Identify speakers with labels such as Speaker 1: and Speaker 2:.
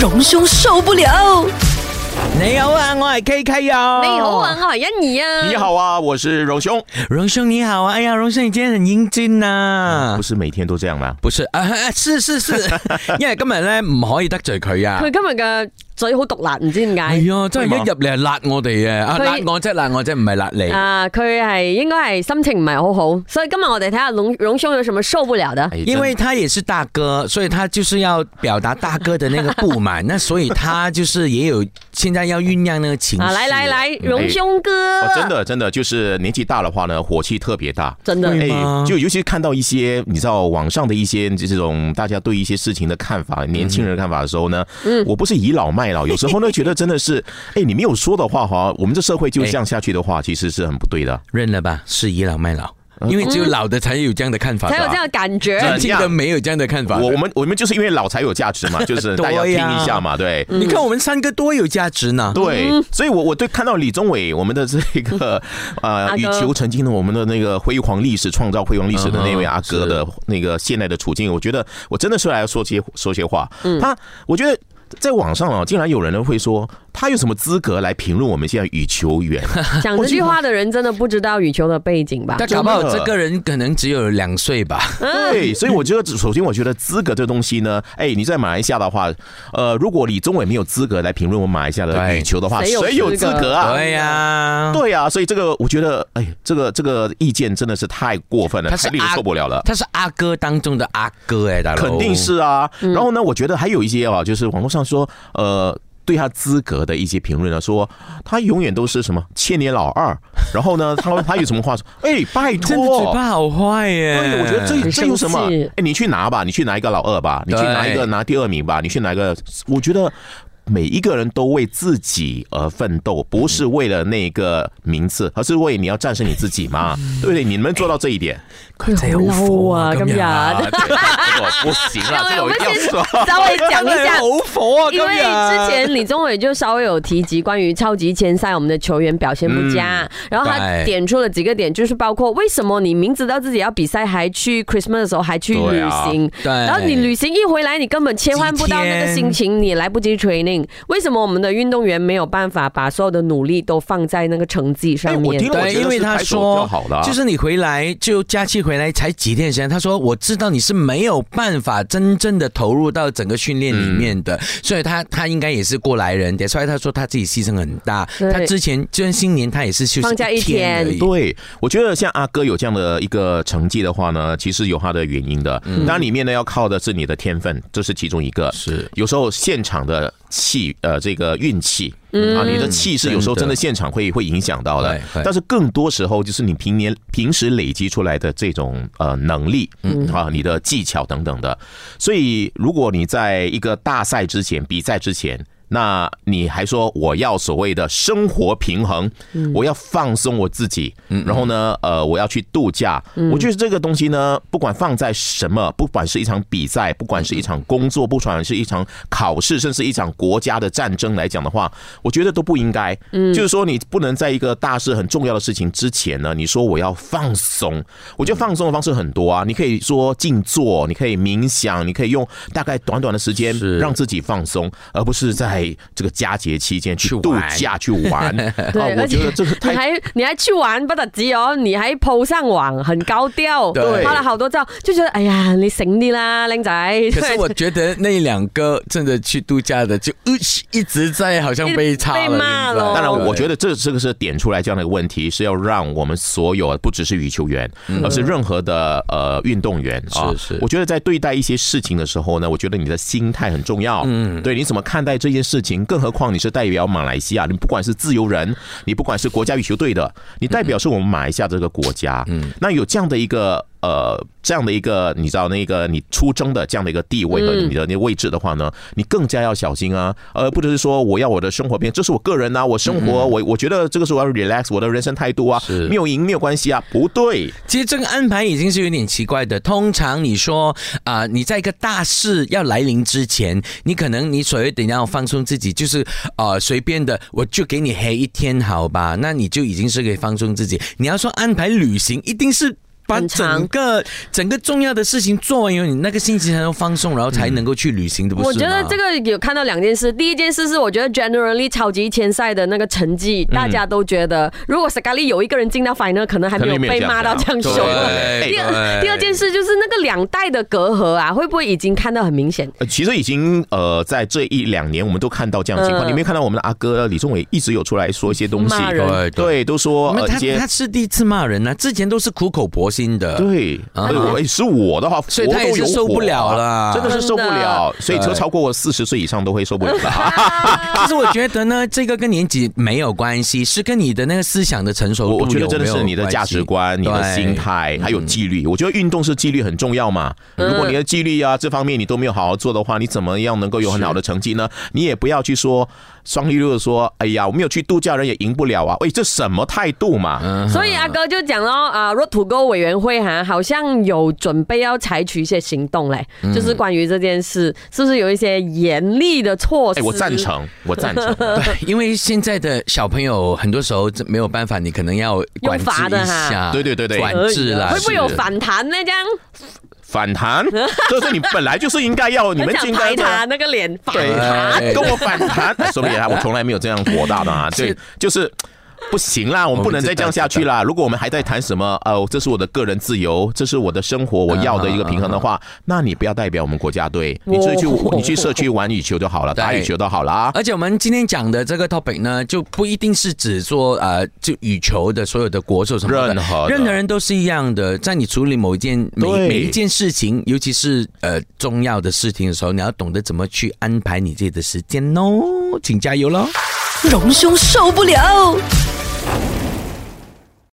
Speaker 1: 隆兄受不了。
Speaker 2: 你好啊，我系 K K 啊。
Speaker 3: 你好啊，。我系欣怡啊。
Speaker 4: 你，好啊，我是荣兄，
Speaker 2: 荣兄你好啊，哎呀，荣兄你今天很啊英俊
Speaker 3: 啊
Speaker 2: 呐、
Speaker 4: 不是每天都这样吗？
Speaker 2: 哦不是啊，是是 是，因為今日咧唔可以得罪佢啊。
Speaker 3: 佢今日嘅嘴好毒辣，唔知點解。
Speaker 2: 係啊，真係一入嚟係辣我哋啊！啊，
Speaker 3: 佢
Speaker 2: 辣我啫，辣我啫，唔係辣你。
Speaker 3: 啊，佢係應該係心情唔係好好，所以今日我哋睇下榮榮兄有什麼受不了的。
Speaker 4: 哎
Speaker 2: 因为他也是大哥，所以他就是要表达大哥的那个不 满，那所以他就是也有现在要酝酿那个情绪。
Speaker 3: 啊，来来来，榮兄哥，
Speaker 4: 真哦真的真哎的就是年纪大的话呢，火气特别大。
Speaker 3: 真的
Speaker 2: 对吗
Speaker 4: 就尤其看到一些你知道网上的一些这种大家对一些事情的看法，年轻人的看法的时候呢，
Speaker 3: 嗯
Speaker 4: 我不是倚老卖老，有时候呢觉得真 的是，哎，你没有说的话哈，我们这社会
Speaker 3: 哎
Speaker 4: 就这样下去的话，其实是很不对的。
Speaker 2: 认了吧，是倚老卖老，因为只有老的才有这样的看法，
Speaker 3: 才有
Speaker 2: 是吧
Speaker 3: 這樣嘅感覺。
Speaker 4: 真
Speaker 2: 年轻嗯啊的没有这样的看法。
Speaker 4: 我我们我们就是因为老才有价值嘛， 就是
Speaker 3: 啊
Speaker 4: 大家要听一下嘛，对。
Speaker 3: 嗯
Speaker 2: 你看我们三个多有价值呢。
Speaker 4: 对，所以我我对看到李宗伟我们的这个呃，
Speaker 3: 阿
Speaker 4: 羽
Speaker 3: 哥
Speaker 4: 球曾经的我们的那个辉煌历史，创造辉煌历史的那位
Speaker 2: 嗯哼
Speaker 4: 阿哥的那个现在的处境，我觉得我真的是来说些说些话。他我觉得。在网上啊，竟然有人会说他有什么资格来评论我们现在羽球员？
Speaker 3: 講這句話的人真的不知道羽球的背景吧？
Speaker 2: 但搞不好这个人可能只有两岁吧。
Speaker 4: 对，所以我觉得，首先我觉得资格这东西呢，哎，你在马来西亚的话，呃，如果李宗伟没有资格来评论我们马来西亚的
Speaker 2: 对
Speaker 4: 羽球的话，
Speaker 3: 谁有
Speaker 4: 谁有
Speaker 3: 资
Speaker 4: 资
Speaker 3: 格
Speaker 4: 格啊？
Speaker 2: 对呀，
Speaker 4: 对啊，所以这个我觉得，哎，这个这个意见真的是太过分了，
Speaker 2: 他是
Speaker 4: 太令人
Speaker 2: 阿
Speaker 4: 受不了了。
Speaker 2: 他是阿哥当中的阿哥哎，大佬。
Speaker 4: 肯定是啊。
Speaker 2: 嗯
Speaker 4: 然后呢，我觉得还有一些啊，就是网络上说，呃。对他资格的一些评论呢，说他永远都是什么千年老二，然后呢，他他有什么话说？ 哎，拜托，
Speaker 2: 真的嘴巴好坏耶。
Speaker 4: 对，我觉得这
Speaker 3: 很
Speaker 4: 这有什么
Speaker 3: 生气？
Speaker 4: 哎，你去拿吧，你去拿一个老二吧，你去拿一个
Speaker 2: 对
Speaker 4: 拿第二名吧，你去拿一个，我觉得。每一个人都为自己而奋斗，不是为了那个名次，而是为你要战胜你自己 嘛，对不对？你能做到这一点，
Speaker 2: 佢真係好
Speaker 3: 好嬲啊
Speaker 2: 火
Speaker 3: 今日
Speaker 4: 哎对这个不行啊，这个我一定要说。
Speaker 3: 稍微講一下。
Speaker 2: 好火啊！
Speaker 3: 因为之前李宗伟就稍微有提及关于超级联赛我们的球员表现不佳，
Speaker 4: 嗯
Speaker 3: 然后他
Speaker 2: 对
Speaker 3: 点出了几个点，就是包括为什么你明知道自己要比赛，还去 Christmas 的时候还去
Speaker 4: 对
Speaker 3: 旅
Speaker 4: 啊
Speaker 3: 行，
Speaker 2: 对
Speaker 3: 然后你旅行一回来，你根本切换不到那个心情，你来不及 training。为什么我们的运动员没有办法把所有的努力都放在那个成绩上
Speaker 4: 哎我
Speaker 3: 面？
Speaker 4: 听了
Speaker 2: 对，
Speaker 4: 觉得
Speaker 2: 因为
Speaker 4: 是
Speaker 2: 他
Speaker 4: 拍手
Speaker 2: 说
Speaker 4: 就好了啊
Speaker 2: 就是你回来就假期回来才几天时间，他说我知道你是没有办法真正的投入到整个训练里面
Speaker 3: 嗯
Speaker 2: 的，所以他他应该也是过来人，所以他说他自己牺牲很大，
Speaker 3: 对
Speaker 2: 他之前就算新年他也是休息
Speaker 3: 放假一天
Speaker 2: 而已，
Speaker 4: 对，我觉得像阿哥有这样的一个成绩的话呢，其实有他的原因的。当然里面呢要靠的是你的天分，这是其中一个。
Speaker 2: 是
Speaker 4: 有时候现场的气，呃，这个运气。啊，你的气势有时候真
Speaker 2: 真
Speaker 4: 的
Speaker 2: 的
Speaker 4: 现场会会影响到的
Speaker 2: 对，对
Speaker 4: 但是更多时候就是你平年平时累积出来的这种呃能力，嗯啊，你的技巧等等的。所以如果你在一个大赛之前、比赛之前，那你还说我要所谓的生活平衡，
Speaker 2: 嗯
Speaker 4: 我要放松我自己，然后呢，呃，我要去度假。
Speaker 2: 嗯
Speaker 4: 我觉得这个东西呢，不管放在什么，不管是一场比赛，不管是一场工作，不管是一场考试，甚至一场国家的战争来讲的话，我觉得都不应该。就是说，你不能在一个大事很重要的事情之前呢，你说我要放松。我觉得放松的方式很多啊，你可以说静坐，你可以冥想，你可以用大概短短的时间
Speaker 2: 是
Speaker 4: 让自己放松，而不是在这个佳节期间去
Speaker 2: 去
Speaker 4: 度
Speaker 2: 玩
Speaker 4: 假去玩。啊
Speaker 3: 对，，
Speaker 4: 我
Speaker 3: 而且
Speaker 4: 觉 得这个
Speaker 3: 你
Speaker 4: 太
Speaker 3: 还你还去玩不得止哦，你还 po 上网，很高调，
Speaker 2: 对
Speaker 3: 拍了好多照，就觉得哎呀，你醒啲啦，靓 仔。
Speaker 2: 可是我觉得那两个真的去度假的，就呃一直在好像被插了，
Speaker 3: 被骂了
Speaker 2: 你知道吗
Speaker 4: 当然，我觉
Speaker 2: 得
Speaker 4: 得这这个是点出来这样的一个问题，是要让我们所有不只是羽球员，而是任何的呃运动员啊。
Speaker 2: 是是
Speaker 4: 我觉得在对待一些事情的时候呢，我觉得你的心态很重要。嗯，对，你怎么看待这件事情？更何况你是代表马来西亚，你不管是自由人，你不管是国家羽球队的，你代表是我们马来西亚这个国家。嗯，那有这样的一个。呃，这样的一个你知道那个你出征的这样的一个地位
Speaker 3: 嗯
Speaker 4: 和你的那个位置的话呢，你更加要小心啊。呃，不只是说我要我的生活变，这是我个人呐、我
Speaker 3: 嗯
Speaker 4: 生活我我觉得这个时候我要 relax 我的人生态度啊
Speaker 2: 是，
Speaker 4: 没有赢没有关系啊，不对，
Speaker 2: 其实这个安排已经是有点奇怪的。通常你说啊、你在一个大事要来临之前，你可能你所谓的要放松自己，就是呃随便的，我就给你黑一天好吧，那你就已经是可以放松自己。你要说安排旅行，一定是。把
Speaker 3: 很长
Speaker 2: 整个整个重要的事情做完以后，你那个心情才能放松，然后才能够去旅行，对不是吗？
Speaker 3: 我觉得这个有看到两件事，第一件事是我觉得 generally 超级前赛的那个成绩，大家都觉得如果 Scarly 有一个人进到 final，可能还没有被骂
Speaker 4: 啊
Speaker 3: 到这样凶。
Speaker 4: 哎
Speaker 2: 对
Speaker 3: 第二
Speaker 2: 对
Speaker 3: 第二件事就是那个两代的隔阂啊，会不会已经看到很明显？
Speaker 4: 呃，其实已经呃，在这一两年，我们都看到这样的情
Speaker 3: 嗯
Speaker 4: 况。你没有看到我们的阿哥李宗伟一直有出来说一些东西，
Speaker 3: 骂人
Speaker 2: 对对，
Speaker 4: 对，都说
Speaker 2: 因为
Speaker 4: 呃一
Speaker 2: 他
Speaker 4: 些
Speaker 2: 他是第一次骂人呢、啊之前都是苦口婆心的。
Speaker 4: 对，哎
Speaker 2: 啊
Speaker 4: 对我是我的话，
Speaker 2: 所以他
Speaker 4: 佛都
Speaker 2: 也是
Speaker 4: 有
Speaker 2: 受不
Speaker 4: 火啊
Speaker 2: 了啦
Speaker 4: 真的是受不
Speaker 3: 真的
Speaker 4: 了。所以车超过我四十岁以上都会受不了的。
Speaker 2: 但是我觉得呢， 这个跟年纪没有关系，是跟你的那个思想的成熟
Speaker 4: 我
Speaker 2: 度
Speaker 4: 我觉得真的
Speaker 2: 有没
Speaker 4: 是
Speaker 2: 有
Speaker 4: 你的价值
Speaker 2: 关
Speaker 4: 观、你的
Speaker 2: 对嗯
Speaker 4: 心态，还有纪律。我觉得运动是纪律很重要嘛。
Speaker 3: 嗯
Speaker 4: 如果你的纪律啊这方面你都没有好好做的话，你怎么样能够有很好的成绩呢？
Speaker 2: 嗯
Speaker 4: 你也不要去说双利路说，哎呀，我没有去度假人也赢不了啊！喂，这什么态度
Speaker 2: 嗯
Speaker 4: 嘛？
Speaker 3: 所以阿哥就讲咯，啊、若 r o a d to Go 委员会哈、好像有准备要采取一些行动嘞，就是关于这件事，是不是有一些严厉的措施？
Speaker 4: 哎，我赞。成，我 赞成。
Speaker 2: 系， 因为现在的小朋友很多时候真没有办法，你可能要管制
Speaker 3: 用罚的
Speaker 2: 一
Speaker 3: 哈
Speaker 2: 下，
Speaker 4: 对对对对
Speaker 2: 管制啦，
Speaker 3: 啊会不会有
Speaker 2: 是
Speaker 3: 反弹呢？这样
Speaker 4: 反弹， 就是你本来就是应该要，你
Speaker 3: 很
Speaker 4: 们啊就
Speaker 3: 想
Speaker 4: 应该
Speaker 3: 拍
Speaker 4: 这样
Speaker 3: 他那个脸，反
Speaker 4: 对
Speaker 3: 弹。
Speaker 2: 哎
Speaker 4: 跟我反 弹，说不定啊，我从来没有这样火大的 啊，对，就是。不行啦，我们不能再这样下去啦。如果我们还在谈什么，呃，这是我的个人自由，这是我的生活，我要的一个平衡的话，那你不要代表我们国家队，你就去
Speaker 3: 哦
Speaker 4: 你去社区玩羽球就好了，
Speaker 2: 对
Speaker 4: 打羽球就好了啊。
Speaker 2: 而且我们今天讲的这个 topic 呢，就不一定是指说呃，就羽球的所有的国手什么的，
Speaker 4: 任何的
Speaker 2: 任何人都是一样的。在你处理某一件每
Speaker 4: 对
Speaker 2: 每一件事情，尤其是呃重要的事情的时候，你要懂得怎么去安排你自己的时间哦，请加油喽！
Speaker 1: 荣兄受不了。